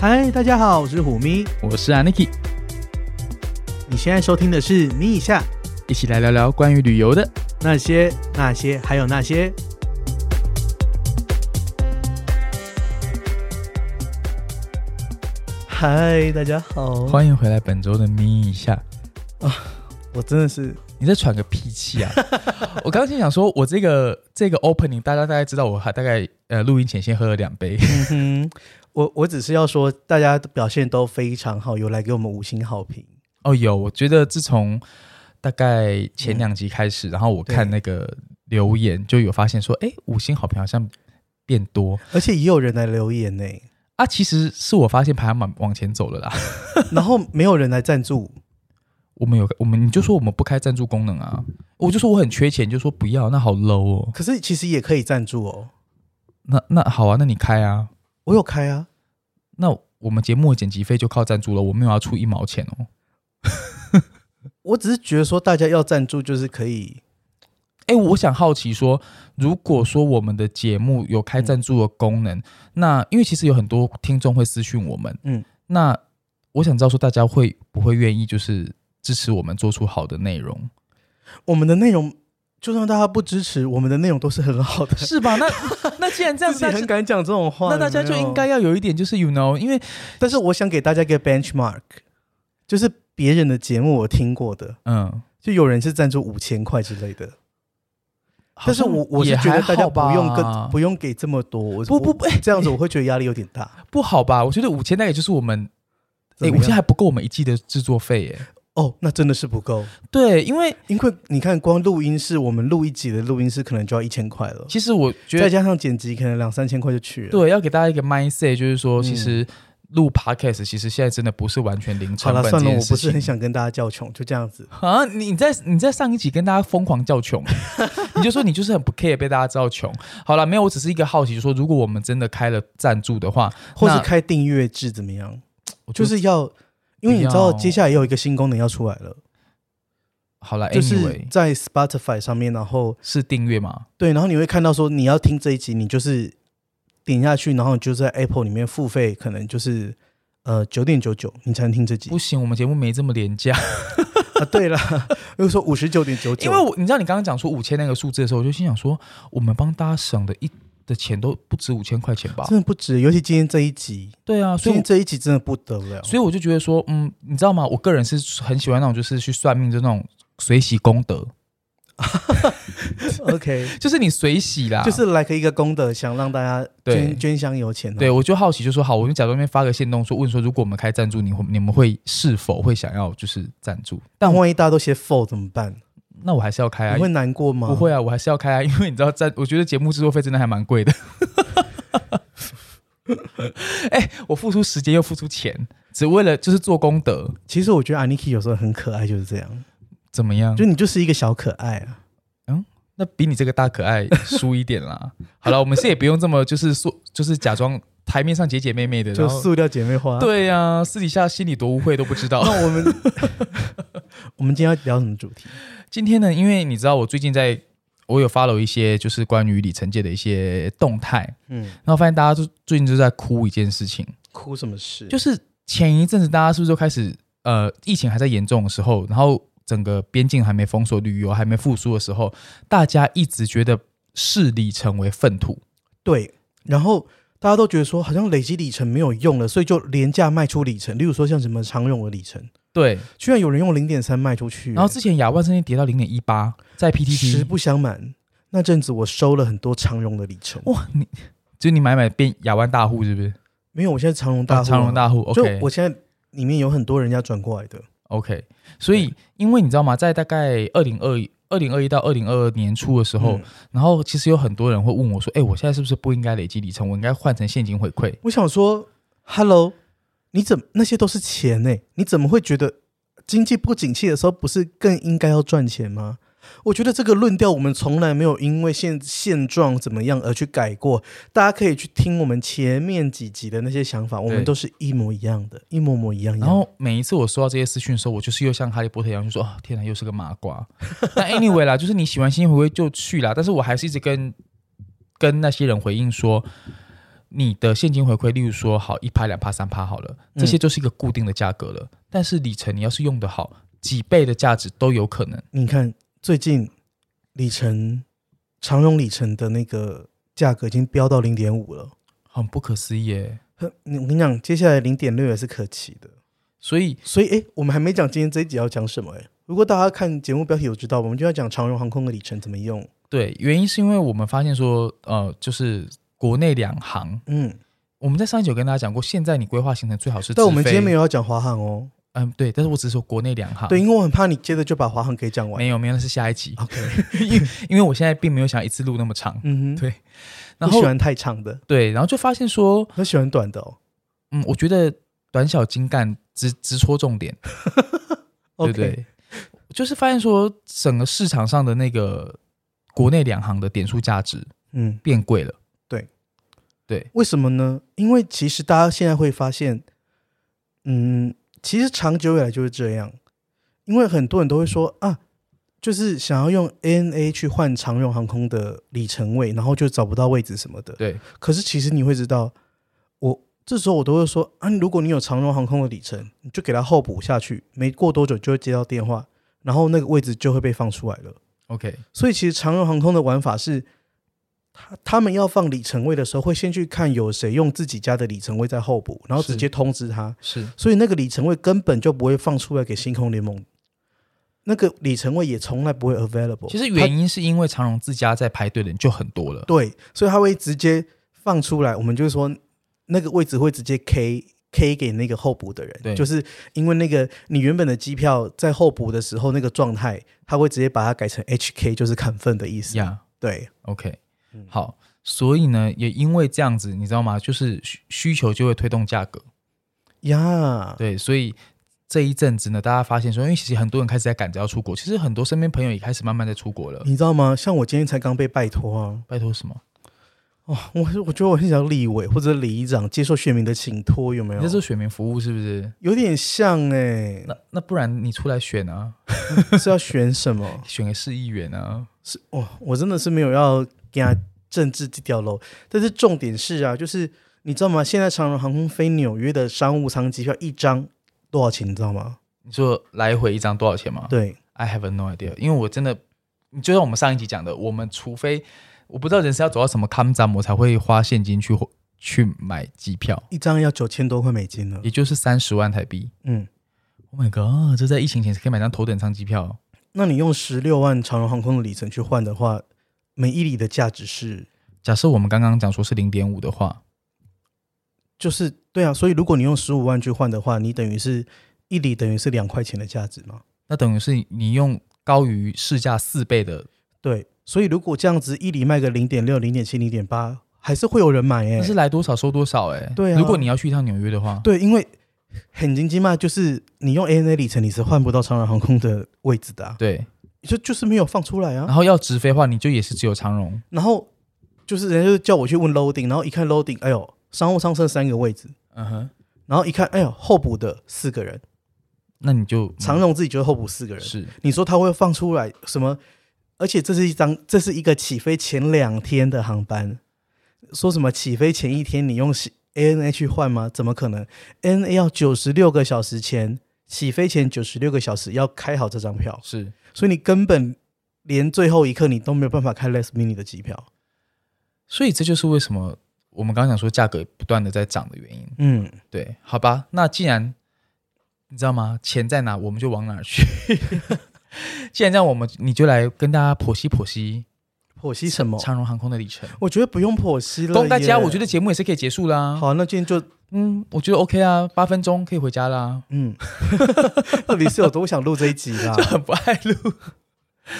嗨，大家好，我是虎咪。我是 Aniki，你现在收听的是《咪一下一起来聊聊关于旅游的。那些那些还有那些》。嗨，大家好，欢迎回来本周的咪一下，我真的是你在喘个屁气 啊！我刚刚心想说，我这个这个 opening，大家大概知道我还大概呃录音前先喝了两 杯，嗯哼，我我只是要说，大家的表现都非常好，有来给我们五星好评。哦，有，我觉得自从大概前两集开始，然后我看那个留言，就有发现说，哎，五星好评好像变多而且也有人来留言 呢、啊。其实是我发现排行榜往前走了啦。然后没有人来赞助，我们有我们你就说我们不开赞助功能啊，我就说我很缺钱，你就说不要，那好 low 哦。可是其实也可以赞助哦，那那好啊，那你开啊。我有开啊，那我们节目的剪辑费就靠赞助了，我没有要出一毛钱哦。我只是觉得说大家要赞助就是可以，哎，我想好奇说，如果说我们的节目有开赞助的功能，那因为其实有很多听众会私讯我们，嗯嗯，那我想知道说大家会不会愿意就是支持我们做出好的内 容，我们的内容就算大家不支持，我们的内容都是很好的。 是吧？那那既然这 样自子，己大很家敢讲这种话，那大家有没就有应该。要有一点就是 you know，因为但是我想给大家一个 benchmark，就是别人的节目我听过的，嗯，就有人是赞助五千块之类的。但是我我是也觉得还大家好不用吧跟不用给这么多，我不不我不哎这样子我会觉得压力有点大。 不好吧？我觉得五千大概就是我们，哎、怎么五千样还不够我们一季的制作费耶。哦，那真的是不够，对，因为因为你看光录音室，我们录一集的录音室可能就要一千块了，其实我觉再得，加上剪辑可能两三千块就去了。对，要给大家一个 mindset，就是说，嗯其实录 podcast 其实现在真的不是完全零好成了，本算了，我不是很想想跟大家叫穷，就这样子。啊！你你在你在上一集跟大家疯狂 叫穷，你就说你就是很不 care 被大家知道穷。好了，没有，我只是一个好奇，就说如果我们真的开了赞助的话，或是那开订阅制怎么样？我觉就得是要，因为你知道不要接下来有一个新功能要出来了，好了，就是，anyway, 在 Spotify 上面，然后是订阅嘛？对，然后你会看到说你要听这一集，你就是点下去，然后你就在 Apple 里面付费，可能就是呃九点九九你才能听这集不行，我们节目没这么廉价。 啊。对了，又说五十九点九九，因为我你知道你刚刚讲说五千那个数字的时候，我就心想说，我们帮大家省的一的钱都不止五千块钱吧？真的不止，尤其今天这一集，对啊，所今以天我这一集真的不得了。 所以我就觉得说，嗯，你知道吗？我个人是很喜欢那种就是去算命，就那种随喜功德， OK，就是你随喜啦，就是 like 一个功德，想让大家啊对捐捐香油钱啊。对我就好奇，就说好，我就假装那边发个线动说问说，如果我们开赞助，你会你们会是否会想要就是赞助？但万一大家都写 for 怎么办？那我还是要开啊你，会难过吗？不会啊，我还是要开啊， 因为你知道赞，我觉得节目制作费真的还蛮贵的。 哎、我付出时间又付出钱，只为了就是做功德，其实我觉得 Aniki 有时候很可爱，就是这样，怎么样就？你就是一个小可爱啊。那比你这个大可爱输一点啦。 好了，我们是也不用这么就是说，就是假装台面上姐姐妹妹的，就然后塑料姐妹花。，嗯对呀、私底下心里多污秽都不知道。那我们我们今天要聊什么主题？ 今天呢，因为你知道我最近在，我有 follow 一些就是关于李晨界的一些动态，嗯，然后发现大家就最近就在哭一件事情。哭什么事？就是是前一阵子大家是不是就开始呃疫情还在严重的时候，然后整个边境还没封锁，旅游还没复苏的时候，大家一直觉得视里程为粪土。对，然后大家都觉得说好像累积里程没有用了，所以就廉价卖出里程。例如说像什么长荣的里程，对，居然有人用零点三卖出去、然后之前亚万甚至跌到零点一八，在实 PTT，不相瞒，那阵子我收了很多长荣的里程。哇，你就你买买变亚万大户是不是？没有，我现在长荣大户啊、哦长荣大户就，OK 我现在里面有很多人家转过来的。 OK。所以因为你知道吗，在大概二零二一、二零二一到二零二二年初的时候，嗯然后其实有很多人会问我说：“哎、我现在是不是不应该累积里程？我应该换成现金回馈？”我想说，Hello，你怎么那些都是钱呢、你怎么会觉得经济不景气的时候不是更应该要赚钱吗？我觉得这个论调我们从来没有因为现现状怎么样而去改过。大家可以去听我们前面几集的那些想法，我们都是一模一样的，一模模一样一样。然后每一次我收到这些私讯的时候，我就是又像哈利波特一样，就说啊，天哪，又是个麻瓜。但 anyway 啦，就是你喜欢新回归就去啦，但是我还是一直跟跟那些人回应说，你的现金回馈，例如说好一趴、两趴、三趴好了，这嗯些就是一个固定的价格了。但是里程你要是用得好，几倍的价值都有可能。你看最近里程常用里程的那个价格已经飙到零点五了。很不可思议耶。呵你我跟你讲，接下来零点六也是可期的。所以所以，哎，我们还没讲今天这一集要讲什么哎。如果大家看节目标题有知道，我们就要讲长荣航空的里程怎么用。对，原因是因为我们发现说，呃，就是国内两航，嗯，我们在上一集有跟大家讲过，现在你规划行程最好是但我们今天没有，有要讲华航哦，嗯，对，但是我只是说国内两航，对，，因为我很怕你接着就把华航给讲完。没有没有，那是下一集， OK， 因为我现在并没有想一次录那么长，嗯哼，对然我喜后欢太长的，对，然后就发现说，我喜欢短的哦。嗯，我觉得短小精干，直直戳重点，对 OK，不对？ 就是发现说，整个市场上的那个国内两航的点数价值嗯，变贵了，对，对，为什么呢？因为其实大家现在会发现，嗯，其实长久以来就是这样，因为很多人都会说啊，就是想要用 ANA 去换长荣航空的里程位，然后就找不到位置什么的。对，可是其实你会知道，我这时候我都会说啊，如果你有长荣航空的里程，你就给它候补下去，没过多久就会接到电话，然后那个位置就会被放出来了。 ，OK，所以其实长荣航空的玩法是，他他们要放里程位的时候，会先去看有谁用自己家的里程位在候补，然后是直接通知他，是所以那个里程位根本就不会放出来给星空联盟，那个里程位也从来不会 available。其实它原因是因为长荣自家在排队的人就很多了，对，所以他会直接放出来，我们就是说那个位置会直接 K。K 给那个候补的对人，就是因为那个你原本的机票在候补的时候那个状态，他会直接把它改成 HK，就是砍分的意思。呀、对， o k 嗯好，所以呢，也因为这样子，你知道吗？就是需需求就会推动价格，呀、对，所以这一阵子呢，大家发现说，因为其实很多人开始在赶着要出国，其实很多身边朋友也开始慢慢在出国了。你知道吗？像我今天才刚被拜托啊，拜托什么？哦，我我觉得我很想立委或者里长接受选民的请托，有没你有在？做选民服务是不是？有点像哎、那那不然你出来选啊，是要选什么？选个市议员啊。是哦，我真的是没有要给他政治这条路，但是重点是啊，就是你知道吗？现在长荣航空飞纽约的商务舱机票一张多少钱？你知道吗？你说来回一张多少钱吗对， ？I have no idea，因为我真的，你就像我们上一集讲的，我们除非我不知道人是要走到什么康站，我才会花现金去去买机票，一张要九千多块美金呢。也就是三十万台币。嗯， Oh my god！这在疫情前可以买张头等舱机票，那你用十六万长荣航空的里程去换的话，每一里的价值是假设我们刚刚讲说是零点五的话，就是对啊，所以如果你用十五万去换的话，你等于是一里等于是两块钱的价值嘛？那等于是你用高于市价四倍的，对，所以如果这样子一里卖个零点六、零点七、零点八，还是会有人买欸耶、但是来多少收多少哎、哎对啊如果你要去一趟纽约的话，对，因为很经济嘛，就是你用 ANA 里程你是换不到长荣航空的位置的、啊，对，就就是没有放出来啊。然后要直飞的话，你就也是只有长荣。然后就是人家就叫我去问 loading，然后一看 loading，哎呦，商务舱剩三个位置，嗯哼，然后一看，哎呦，候补的四个人，那你就长荣自己就候补四个人，是你说他会放出来什么？而且这是一张，这是一个起飞前两天的航班，说什么起飞前一天你用 ANA 去换吗？怎么可能？ANA 要九十六个小时前起飞前九十六个小时要开好这张票，是，所以你根本连最后一刻你都没有办法开 less mini 的机票。所以这就是为什么我们刚刚讲说价格不断的在涨的原因。嗯，对，好吧，那既然你知道吗，钱在哪，我们就往哪儿去。 既然这样，我们你就来跟大家剖析剖析剖析什么？长荣航空的里程。我觉得不用剖析了哦耶。供大家，我觉得节目也是可以结束啦。好，那今天就嗯，我觉得 OK 啊，八分钟可以回家啦。嗯，到底是有多想录这一集啦？ 很不爱录。 嗯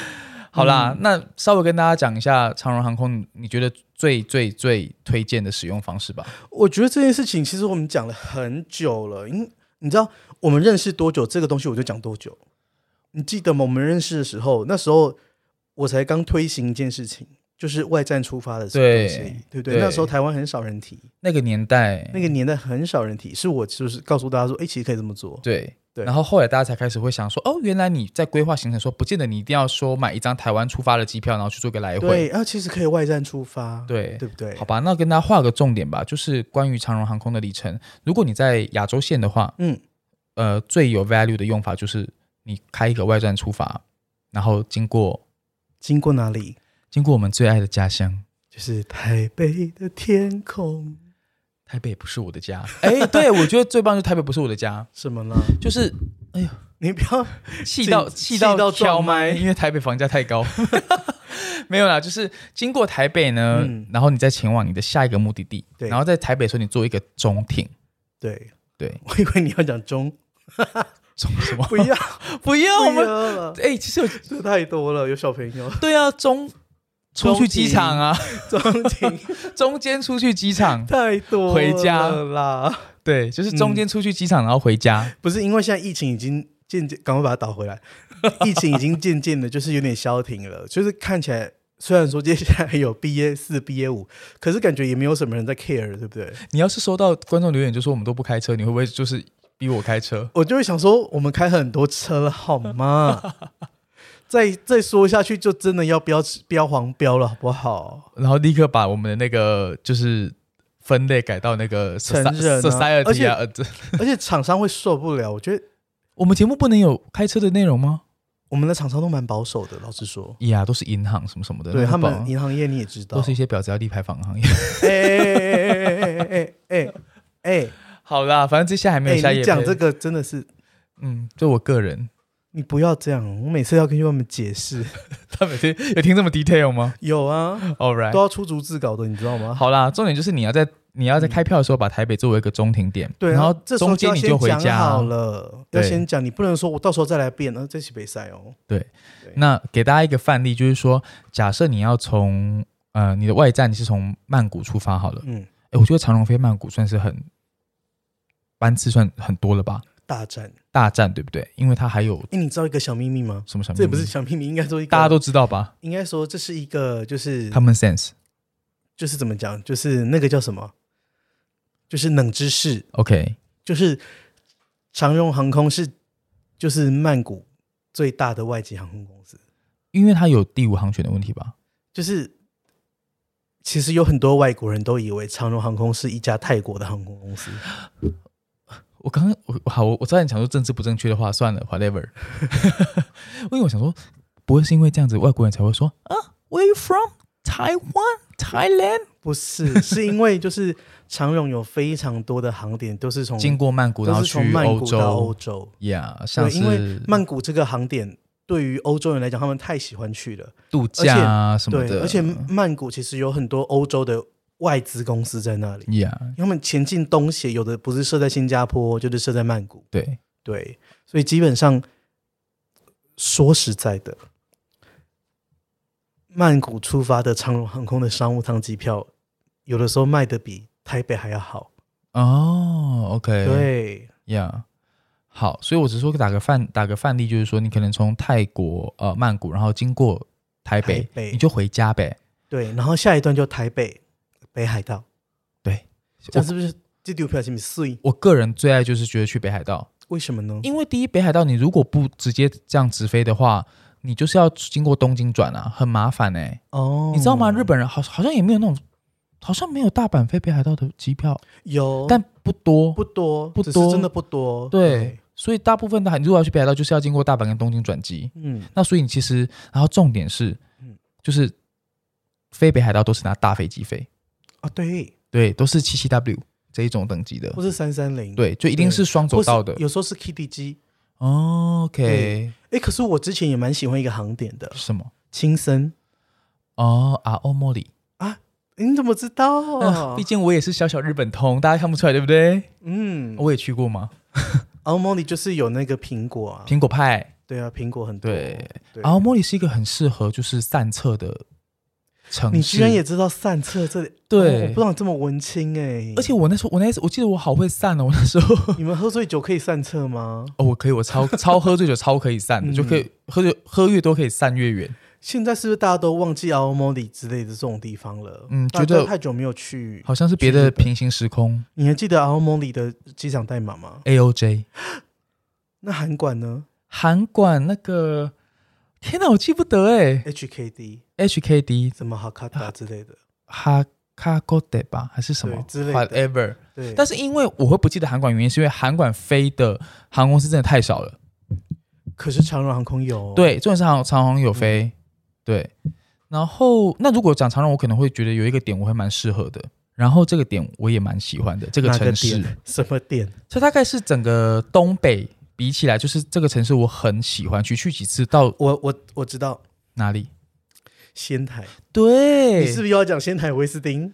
好啦，那稍微跟大家讲一下长荣航空，你觉得最最最推荐的使用方式吧？我觉得这件事情其实我们讲了很久了，因你知道我们认识多久这个东西，我就讲多久。你记得吗？我们认识的时候，那时候我才刚推行一件事情，就是外战出发的东西，对对不对？对那时候台湾很少人提，那个年代，那个年代很少人提，是我就是告诉大家说，哎，其实可以这么做。对对然后后来大家才开始会想说，哦，原来你在规划行程的时候，不见得你一定要说买一张台湾出发的机票，然后去做个来回。对，啊，其实可以外站出发，对对不对？好吧，那跟大家画个重点吧，就是关于长荣航空的里程。如果你在亚洲线的话，嗯，呃，最有 value 的用法就是你开一个外站出发，然后经过经过哪里？经过我们最爱的家乡就是台北的天空，台北，不是我的家。哎，对，我觉得最棒就是台北不是我的家，什么呢？就是你不要气到气气到气到挑撞麦麦，因为台北房价太高。 没有啦，就是经过台北呢，嗯然后你再前往你的下一个目的地，对然后在台北的时候你做一个中停，对对，我以为你要讲中，中什么？不要 不要 我不要们了，哎、其实有这太多了，有小朋 友对啊，中出去机场啊， 中庭中间出去机 场，太多了回家啦， 嗯对，就是中间出去机场，然后回家。不是因为现在疫情已经渐渐，赶快把它倒回来， 疫情已经渐渐的，就是有点消停了，就是看起来。虽然说接下来有 B A 四、B A 五，可是感觉也没有什么人在 care，对不对？你要是收到观众留言就说我们都不开车，你会不会就是逼我开车？我就会想说，我们开很多车了，好 吗？再再说下去，就真的要标标黄标了，好不好？然后立刻把我们的那个就是分类改到那个成人啊 society 而且啊，呃这而且厂商会受不了。我觉得我们节目不能有开车的内容吗？我们的厂商都蛮保守的，老实说，呀，都是银行什么什么的，对那他不好们银行业你也知道都，是一些婊子要立牌坊的行业。哎哎 哎哎哎哎好啦，反正这下还没有哎下哎，夜你配。讲这个真的是，嗯，就我个人， 你不要这样，我每次要跟他们解释，他们有听有听这么 detail 吗有啊， ？All right，都要出逐字稿的，你知道吗？好啦，重点就是你要在你要在开票的时候把台北作为一个中停点，嗯对啊，然后这时候中间你就要回先讲家。啊好了，要对先讲，你不能说我到时候再来变，那这是比赛哦。那给大家一个范例，就是说，假设你要从呃你的外站你是从曼谷出发好了，嗯，哎，我觉得长荣飞曼谷算是很班次算很多了吧，大战。大站对不对？因为它还有哎，你知道一个小秘密吗？什么什么，这也不是小秘密，应该说一个大家都知道吧应该说这是一个就是？Common sense。就是怎么讲，就是那个叫什么，就是冷知识， OK，就是长荣航空是就是曼谷最大的外籍航空公司，因为它有第五航权的问题吧？就是其实有很多外国人都以为长荣航空是一家泰国的航空公司，我刚刚我好，我我差点想说政治不正确的话，算了，whatever。因为我想说，不会是因为这样子外国人才会说啊，Where you from? Taiwan, Thailand？不是，是因为就是长荣有非常多的航点都是从经过曼谷，然哦都后是从去曼欧谷到欧洲洲， ，Yeah，像对，因为是曼谷这个航点对于欧洲人来讲，他们太喜欢去了。度假啊什么对，的，而且曼谷其实有很多欧洲的外资公司在那里， Yeah，他们前进东协有的不是设在新加坡，就是设在曼谷。对，对，所以基本上说实在的，曼谷出发的长荣航空的商务舱机票，有的时候卖的比台北还要好。哦，OK，对， ，Yeah。好，所以我只是说打个范打个范例，就是说你可能从泰国呃曼谷，然后经过台北，台北你就回家呗。对，然后下一段就台北北海道，对，这样是不是这丢票是不是碎？我个人最爱就是觉得去北海道，为什么呢？因为第一，北海道你如果不直接这样直飞的话，你就是要经过东京转啊，很麻烦哎、哦，你知道吗？日本人好好像也没有那种，好像没有大阪飞北海道的机票，有，但不多。哦不多，不只多是真的不多。对，，所以大部分的海，你如果要去北海道，就是要经过大阪跟东京转机。嗯，那所以你其实，然后重点是嗯，就是飞北海道都是拿大飞机飞，啊，对，对，都是七七 W 这一种等级的或，是三三零，，对，就一定是双走道的。有时候是 KD 机。哦 OK，对哎，可是我之前也蛮喜欢一个航点的，什么？青森。哦，啊，欧莫里。诶你怎么知道那啊毕？竟我也是小小日本通，大家看不出来，对不对？嗯，我也去过嘛，奥莫里就是有那个苹果啊，苹果派。对啊，苹果很多。对，啊对然后莫里是一个很适合就是散策的城市，你居然也知道散策这里？对哦我不知道你这么文青哎。而且我那时候我那次我记得我好会散哦，我那时候 你们喝醉酒可以散策吗？ 哦我可以我超超喝醉酒超可以散的，嗯就可以喝酒喝越多可以散越远。现在是不是大家都忘记 Aomori 之类的这种地方了？嗯大家觉得都太久没有去。好像是别去的日本平行时空你还记得 Aomori 的机场代码吗？ AOJ 那韩馆呢韩馆那个，天哪，我记不得哎、 ？HKD HKD 什么哈卡达之类的，哈卡高德吧，还是啊什么对之类的 whatever。对。但是因为我会不记得韩馆，原因是因为韩馆飞的航空公司真的太少了。可是长荣航空有哦、嗯对，重点是长长航有飞，对。然后那如果讲长荣，我可能会觉得有一个点我会蛮适合的，然后这个点我也蛮喜欢的，这个哪城市，点？什么点？这大概是整个东北比起来，就是这个城市我很喜欢去，去几次到我我我知道哪里？仙台，对，你是不是又要讲仙台威斯汀？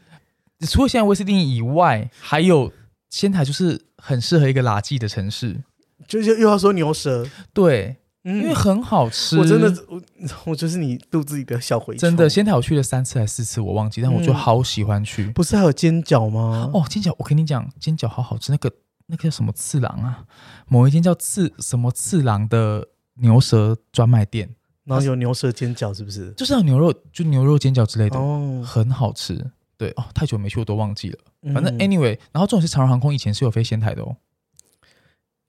除了现在威斯汀以外，还有仙台，就是很适合一个垃圾的城市。就是又要说牛舌，对，因嗯为，很好吃。我真的我我就是你肚子里的小蛔虫，真的，仙台我去了三次还是四次，我忘记，但我就嗯好喜欢去。不是还有煎饺吗？哦，煎饺，我跟你讲，煎饺好好吃。那个那个叫什么次郎啊？某一间叫次什么次郎的牛舌专卖店，然后有牛舌煎饺是不是？就是有牛肉，就牛肉煎饺之类的，哦，很好吃。对哦，太久没去，我都忘记了。反正嗯 anyway，然后重点是长荣航空以前是有飞仙台的哦，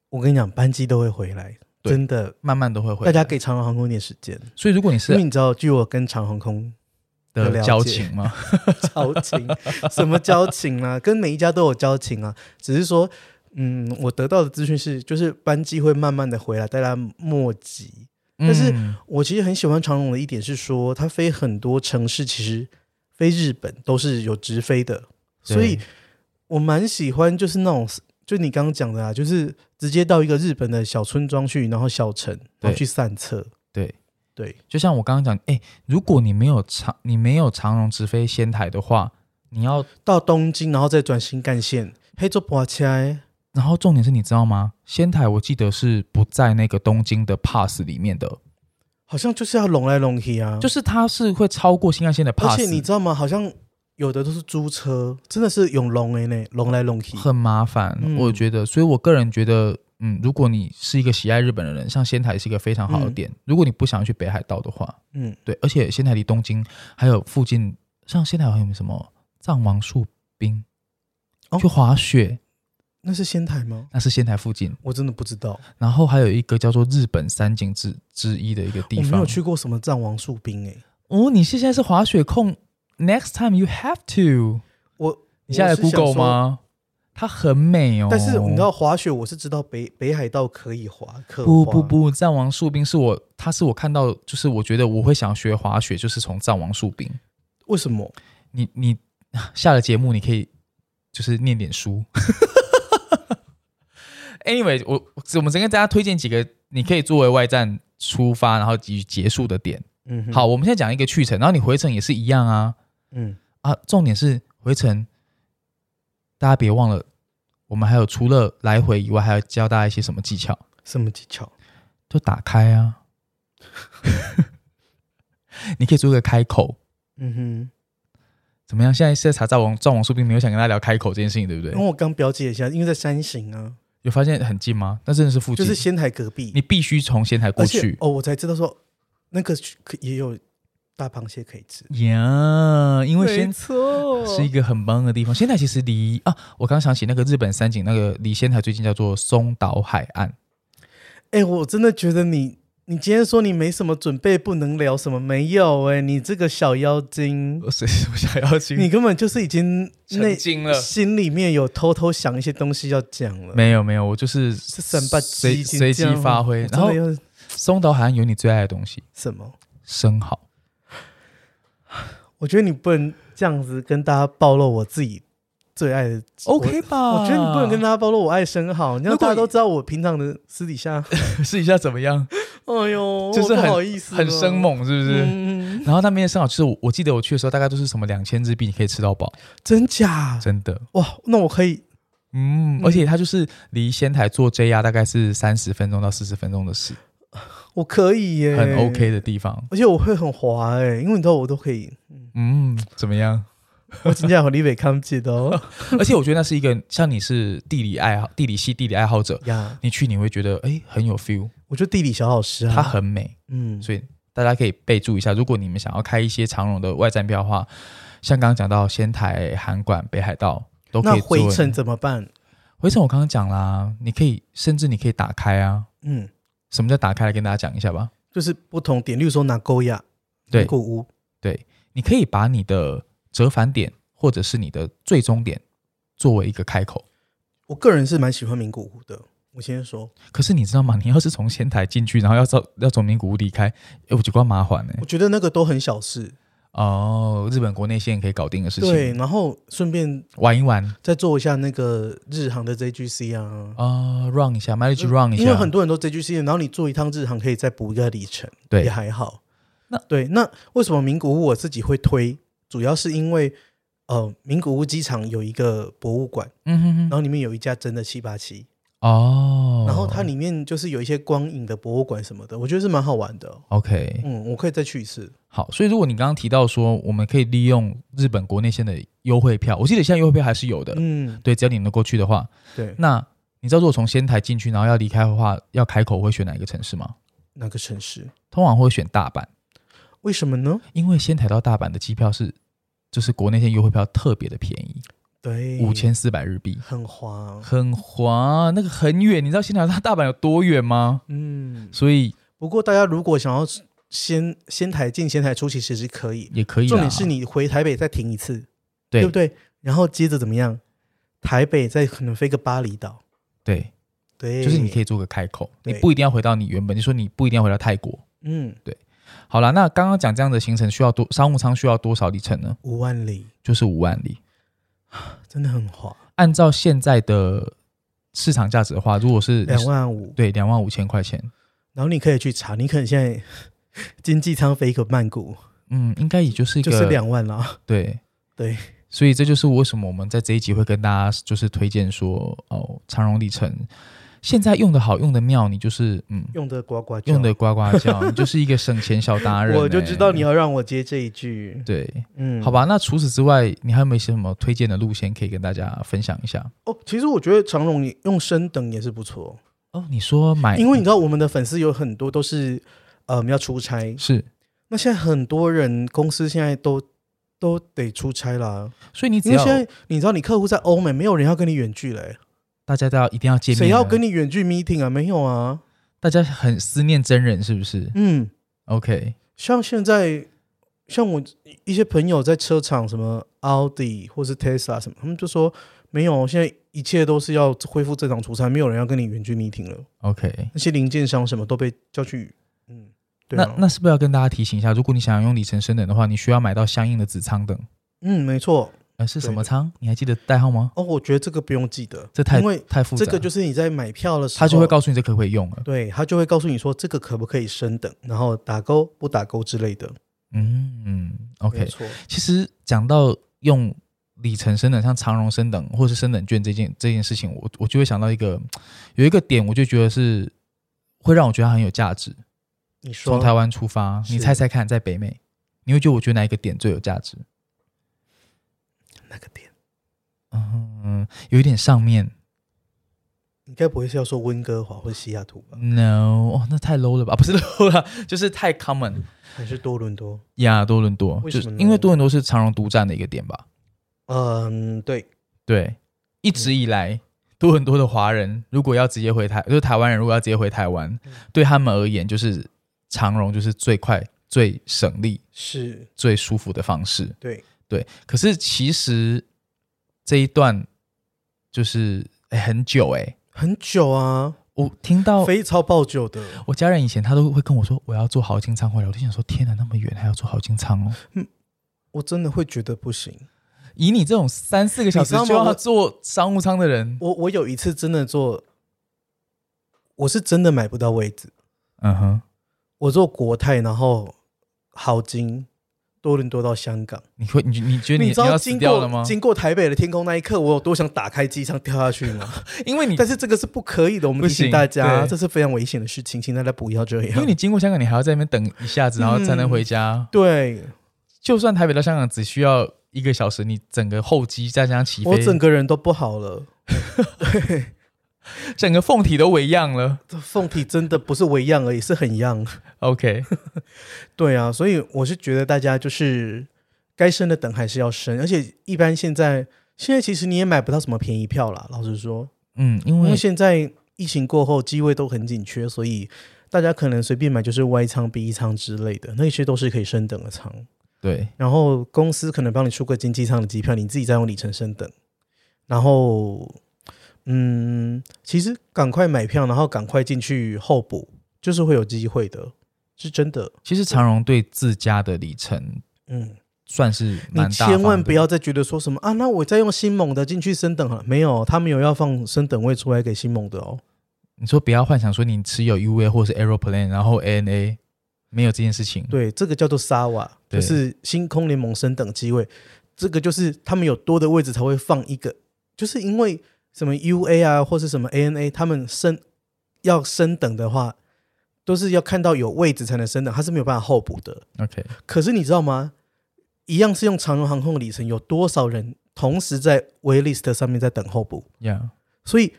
我跟你讲，班机都会回来，对真的。慢慢都会回大来。家给长荣航空一点时间，所以如果你因是为你知道，据我跟长航空的了交解情吗？交情， 什么交情啊？跟每一家都有交情啊，只是说，嗯，我得到的资讯是，就是班机会慢慢的回来，大家莫急。 但是嗯我其实很喜欢长荣的一点是说，它飞很多城市，其实飞日本都是有直飞的，所以对我蛮喜欢就是那种，就你刚刚讲的啊，就是直接到一个日本的小村庄去，然后小城，然后去散策。对，对，就像我刚刚讲，哎、如果你没有长你没有长荣直飞仙台的话，你要，到东京，然后再转新干线，黑做博起来。然后重点是你知道吗？仙台我记得是不在那个东京的 pass 里面的，嗯好像就是要拢来拢去啊，就是它是会超过新干线的而 pass，且你知道吗？好像有的都是租车，真的是用拢哎呢，拢来拢去。很麻烦，嗯我觉得，所以我个人觉得。嗯，如果你是一个喜爱日本的人，像仙台是一个非常好的嗯点。如果你不想去北海道的话，嗯，对，而且仙台离东京还有附近，像仙台还有什么藏王树冰，哦去滑雪，那是仙台吗？那是仙台附近。我真的不知道，然后还有一个叫做日本三景之之一的一个地我方。没有去过什么藏王树冰哎、哦，你现在是滑雪控，next time you have to。我你现在我有是想 Google 说吗？它很美哦。但是你知道滑雪，我是知道北北海道可以滑，可不滑不，不，藏王树冰是我，它是我看到，就是我觉得我会想学滑雪，就是从藏王树冰。为什么？你你下了节目，你可以就是念点书。anyway，我我们先跟大家推荐几个你可以作为外站出发，然后及结束的点。嗯哼好，，我们现在讲一个去程，然后你回程也是一样啊嗯，啊！重点是回程，大家别忘了，我们还有除了来回以外，还要教大家一些什么技巧，什么技巧？就打开啊。 你可以做一个开口，嗯怎么样？现在是在查赵王赵王树并没有想跟大家聊开口这件事情，对不对哼，因？为我刚标记了一下，因为在山形啊，有发现很近吗？那真的是附就近，是仙台隔壁，你必须从仙台过而且去。哦，我才知道说那个可也有大螃蟹可以吃，呀因为仙错是一个很棒的地方。仙台其实离啊，我刚想起那个日本三景，那个离仙台最近叫做松岛海岸。 哎、我真的觉得你。你今天说你没什么准备，不能聊什么没有哎、你这个小妖精，我谁我想要去？你根本就是已经内成精了心里面有偷偷想一些东西要讲了。没有没有，我就是这三八随随机发挥。然然后后要松岛海岸有你最爱的东西，什么？生蚝。我觉得你不能这样子跟大家暴露我自己最爱的。 OK 吧？我我觉得你不能跟大家暴露我爱生蚝，你如让果大家都知道我平常的私底 下，他试一下怎么样？哎呦，就是我很不好意思，很生，猛是不是？嗯，然后那边的生蚝，就是我我记得我去的时候，大概都是什么两千日币，你可以吃到饱，真假？真的。哇，那我可以，嗯，而且它就是离仙台坐 JR 大概是三十分钟到四十分钟的事，我可以耶，很 OK。的地方。而且我会很滑哎、因为你知道我都可 以，嗯，怎么 样？我今天和李伟康记得哦而且我觉得那是一个像你是地理爱好、地理系地理爱好者，呀，你去你会觉得哎很有 feel，我觉得地理小老师啊，它很美，嗯，所以大家可以备注一下，如果你们想要开一些长荣的外站票的话，像刚刚讲到仙台、函馆、北海道都可那以作为回程怎么办？回程我刚刚讲啦，你可以甚至你可以打开啊，嗯，什么叫打开？来跟大家讲一下吧。就是不同点，例如说拿勾亚、对购屋，对，你可以把你的折返点或者是你的最终点作为一个开口。我个人是蛮喜欢名古屋的。我先说，可是你知道吗？你要是从仙台进去，然后要走要从名古屋离开，哎，我觉得麻烦呢、我觉得那个都很小事，哦，日本国内线可以搞定的事对，情，然后顺便玩一玩再做一下那个日航的 JGC 啊，啊、r u n 一下，mileage run 一下，因为很多人都 JGC，然后你做一趟日航可以再补一个里程，对也还好。那对，那为什么名古屋我自己会推？主要是因为呃，名古屋机场有一个博物馆，嗯哼然哼，后里面有一家真的七八七，哦，然后它里面就是有一些光影的博物馆什么的，我觉得是蛮好玩的哦。 OK，嗯，我可以再去一次。好，所以如果你刚刚提到说，我们可以利用日本国内线的优惠票，我记得现在优惠票还是有的，嗯，对，只要你能够去的话，对，那你知道如果从仙台进去，然后要离开的话，要开口会选哪一个城市吗？哪个城市？通常会选大阪，为什么呢？因为仙台到大阪的机票是就是国内线优惠票特别的便宜，对，五千四百日币，很滑。很划，那个很远，你知道仙台到大阪有多远吗？嗯，所以不过大家如果想要先仙台进仙台出，其实是可以。也可以啦。重点是你回台北再停一次，对不对？然后接着怎么样？台北再可能飞个巴厘岛，对，对，就是你可以做个开口，你对不一定要回到你原本，你说你不一定要回到泰国。嗯，好啦，那刚刚讲这样的行程需要多商务舱需要多少里程呢？五万里就是五万里。真的很滑，按照现在的市场价值的话，如果是两万五。对两万五千块钱，然后你可以去查，你可能现在 经济舱飞一个曼谷嗯，应该也就是一就个是两万啦。对对。所以这就是为什么我们在这一集会跟大家就是推荐说哦，长荣里程现在用的好用的妙，你就是嗯用的呱呱叫，用的呱呱叫，你就是一个省钱小达人、 我就知道你要要让我接这一句。对，嗯，好吧。那除此之外，你还有没有一些什么推荐的路线可以跟大家分享一下？哦，其实我觉得长荣用升等也是不错，哦，你说买，因为你知道我们的粉丝有很多都是呃要出差，是，那现在很多人公司现在都都得出差啦，所以你因只为要现在你知道你客户在欧美，没有人要跟你远距嘞、大家都要一定要见面，谁要跟？你远距 meeting 啊？没有啊，大家很思念真人是不是嗯， ？OK，像现在像我一些朋友在车厂什么奥迪或是 Tesla 什么，他们就说没有，现在一切都是要恢复正常出差，没有人要跟你远距 meeting 了， OK，那些零件商什么都被叫去，嗯，对那啊，那是不是要跟大家提醒一下，如果你想要用里程升等的话，你需要买到相应的子舱等，嗯，没错，呃，是什么舱？你还记得代号吗？哦，我觉得这个不用记得，这太因为太复杂这了，个就是你在买票的时候，他就会告诉你这可不可以用了。对他就会告诉你说这个可不可以升等，然后打勾不打勾之类的。嗯嗯没，OK。错，其实讲到用里程升等，像长荣升等或是升等券这件这件事情，我我就会想到一个有一个点，我就觉得是会让我觉得它很有价值。你说从台湾出发，你是猜猜看，在北美，你会觉得我觉得哪一个点最有价值？那个点？嗯，有一点上面你该不会是要说温哥华或西雅图吧， ，no，哦，那太 low 了吧？不 是 low 啦，就是太 common 还是多伦多？呀，多伦多，为就什是么呢因为多伦多是长荣独占的一个点吧？嗯，对，对，一嗯直以来。多伦多的华人如果要直接回台，就是台湾人如果要直接回台湾，嗯对他们而言就是长荣就是最快、最省力、是，最舒服的方式。对，对，可是其实这一段就是、哎很久哎、很久啊，我听到飞超爆久的。我家人以前他都会跟我说我要坐豪金舱回来，我就想说天哪，那么远还要坐豪金舱哦。我真的会觉得不行。以你这种三四个小时你知道吗就要我坐商务舱的人，我我有一次真的坐，我是真的买不到位置，嗯哼，我坐国泰，然后豪金，多伦多到香港。你会你你觉得你你知道要经死掉了过吗？经过台北的天空那一刻，我有多想打开机舱跳下去吗？因为你但是这个是不可以的，我们不提醒行大家，对这是非常危险的事情，请大家不要这因为样。你经过香港，你还要在那边等一下子，然后嗯才能回家。对就算台北到香港只需要一个小时，你整个候机再加上起飞，我整个人都不好了，整个凤体都为样了。这凤体真的不是为样而已，是很样。 OK， 对啊，所以我是觉得大家就是该升的等还是要升，而且一般现在现在其实你也买不到什么便宜票啦，老实说，嗯，因因为为现在疫情过后机位都很紧缺，所以大家可能随便买就是 Y 仓、B 仓之类的，那些都是可以升等的仓。对然后公司可能帮你出个经济舱的机票，你自己再用里程升等。然后，嗯，其实赶快买票，然后赶快进去候补，就是会有机会的，是真的。其实长荣对自家的里程嗯，算是你蛮大方的，千万不要再觉得说什么啊，那我再用新猛的进去升等好了，没有，他们有要放升等位出来给新猛的哦。你说不要幻想说你持有 UA 或是 Aeroplane，然后 ANA 没有这件事情。对，这个叫做沙瓦，就对是星空联盟升等机位，这个就是他们有多的位置才会放一个，就是因为什么 UA 啊，或是什么 ANA，他们升要升等的话，都是要看到有位置才能升等，它是没有办法候补的。 OK，可是你知道吗？一样是用长荣航空的里程，有多少人同时在 waitlist 上面在等候补？呀、所以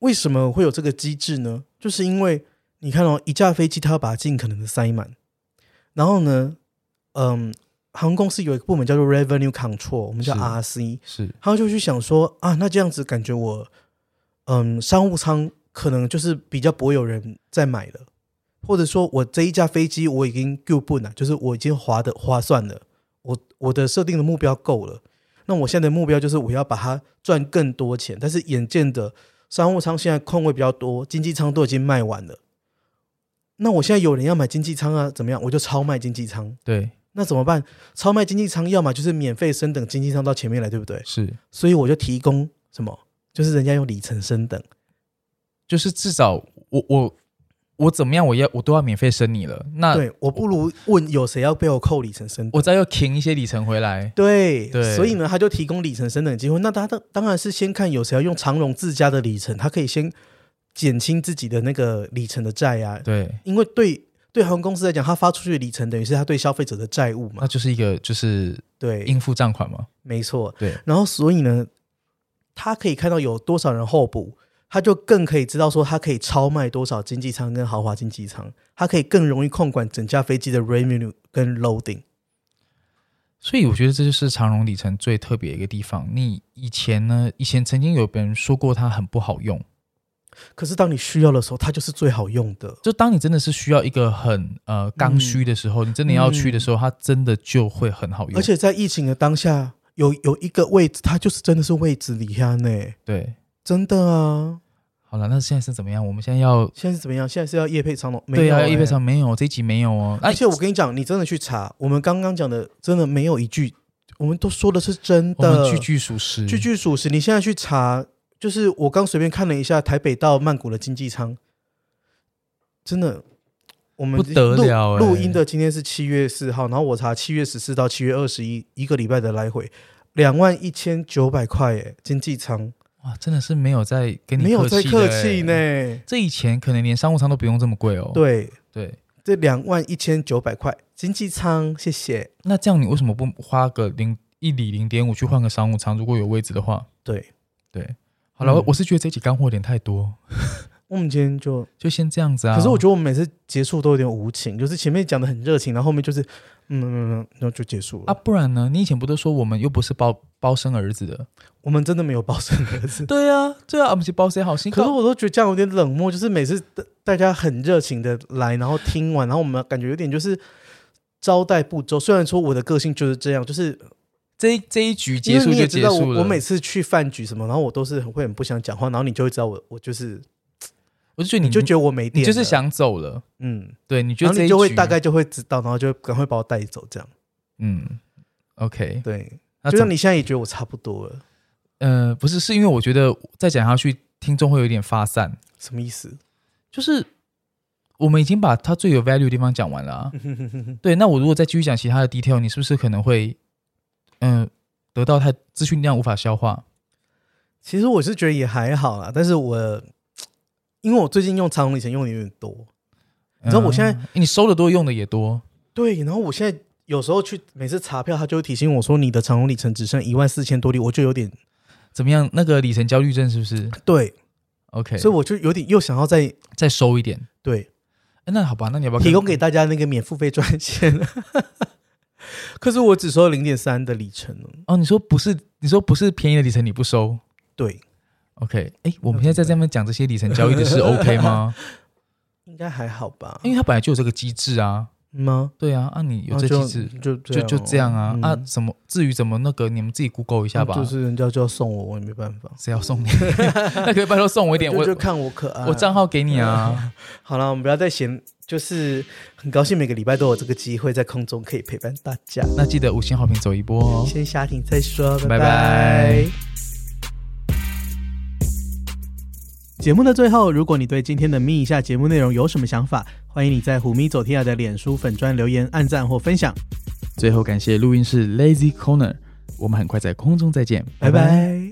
为什么会有这个机制呢？就是因为你看哦，一架飞机它要把尽可能的塞满，然后呢，嗯，航空公司有一个部门叫做 Revenue Control，我们叫是 RC，是他就去想说啊，那这样子感觉我，嗯，商务舱可能就是比较不会有人再买了，或者说我这一架飞机我已经够不了，就是我已经划的划算了，我我的设定的目标够了，那我现在的目标就是我要把它赚更多钱，但是眼见的商务舱现在空位比较多，经济舱都已经卖完了，那我现在有人要买经济舱啊，怎么样？我就超卖经济舱。对，那怎么办？超卖经济舱，要么就是免费升等经济舱到前面来，对不对？是，所以我就提供什么，就是人家用里程升等，就是至少我我我怎么样，我要我都要免费升你了。那对我不如问有谁要被我扣里程升等。我再要停一些里程回来。对，对所以呢，他就提供里程升等的机会。那他当当然是先看有谁要用长荣自家的里程，他可以先减轻自己的那个里程的债啊。对，因为对对航空公司来讲，他发出去的里程等于是他对消费者的债务嘛那。就是一个就是对，应付账款嘛。没错，对。然后所以呢，他可以看到有多少人候补，他就更可以知道说他可以超卖多少经济舱跟豪华经济舱，他可以更容易控管整架飞机的 revenue 跟 loading。所以我觉得这就是长荣里程最特别的一个地方。你以前呢，以前曾经有别人说过它很不好用，可是当你需要的时候，它就是最好用的。就当你真的是需要一个很嗯呃刚需的时候，你真的要去的时候，它真的就会很好用。而且在疫情的当下，有有一个位置，它就是真的是位置里呀呢，对，真的啊。好了，那现在是怎么样？我们现在要现在是怎么样？现在是要夜配长龙？没对有啊，欸叶佩长没有这一集没有哦。哎而，且我跟你讲，你真的去查，我们刚刚讲的，真的没有一句，我们都说的是真我的。们句句属实，据据属实，你现在去查，就是我刚随便看了一下台北到曼谷的经济舱，真的，我们不得了欸录录音的今天是七月四号，然后我查七月十四到七月二十一，一个礼拜的来回，两万一千九百块耶，经济舱哇，真的是没有在跟你没有在在客气呢。。欸这以前可能连商务舱都不用这么贵哦。对，对，这两万一千九百块经济舱，谢谢。那这样你为什么不花个零一里零点五去换个商务舱？如果有位置的话，对，对。好了，嗯我是觉得这一集干货有点太多，我们今天就，就先这样子啊。可是我觉得我们每次结束都有点无情，就是前面讲的很热情，然后后面就是，嗯嗯嗯，嗯然后就结束了啊，。不然呢？你以前不都说我们又不是包包生儿子的？。我们真的没有抱孙儿子 对啊，对啊，我们是包谁好心？可是我都觉得这样有点冷漠，就是每次大大家很热情的来，然后听完，然后我们感觉有点就是招待不周。虽然说我的个性就是这样，就是这一这一局因结为束你就也知结道束了。我，我每次去饭局什么，然后我都是很会很不想讲话，然后你就会知道我我就是我就觉得嗯你你就觉得我没你电，就是，想走了，嗯，对，你觉然得后这你一就会局大概就会知道，然后就赶快把我带走，这样嗯，OK，对。那就怎像么你现在也觉得我差不多了，呃，不是，是因为我觉得再讲下去，听众会有一点发散，什么意思？就是我们已经把它最有 value 的地方讲完 了、啊，对，那我如果再继续讲其他的 detail，你是不是可能会嗯、得到太资讯量无法消化？其实我是觉得也还好啦，但是我因为我最近用长龙里程用的有点多，你知道我现在嗯你收的多，用的也多，对，然后我现在有时候去每次查票，他就会提醒我说你的长龙里程只剩一万四千多里，我就有点怎么样？那个里程焦虑症是不是？对， OK，所以我就有点又想要再再收一点。对哎那好吧，那你要不要提供给大家那个免付费专线。 可是我只收零点三的里程哦。哦？你说不是，你说不是便宜的里程你不收对， ？OK，哎，我们现在在这边讲这些里程交易的 是 OK 吗？应该还好吧？因为它本来就有这个机制啊。吗？对啊，啊你有啊这就机制，就就就这样啊嗯啊啊！怎么至于怎么那个，你们自己 Google 一下吧。就是人家就要送我，我也没办法。谁要送你？ 那可以拜托送我一 点，就我就看我可爱。我账号给你啊。好了，我们不要再嫌，就是很高兴每个礼拜都有这个机会在空中可以陪伴大家。那记得五星好评走一波哦。先下停再说，拜拜拜节目的最后，如果你对今天的咪一下节目内容有什么想法，欢迎你在虎咪走天涯的脸书粉砖留言、按赞或分享。最后感谢录音室 Lazy Corner，我们很快在空中再见，拜拜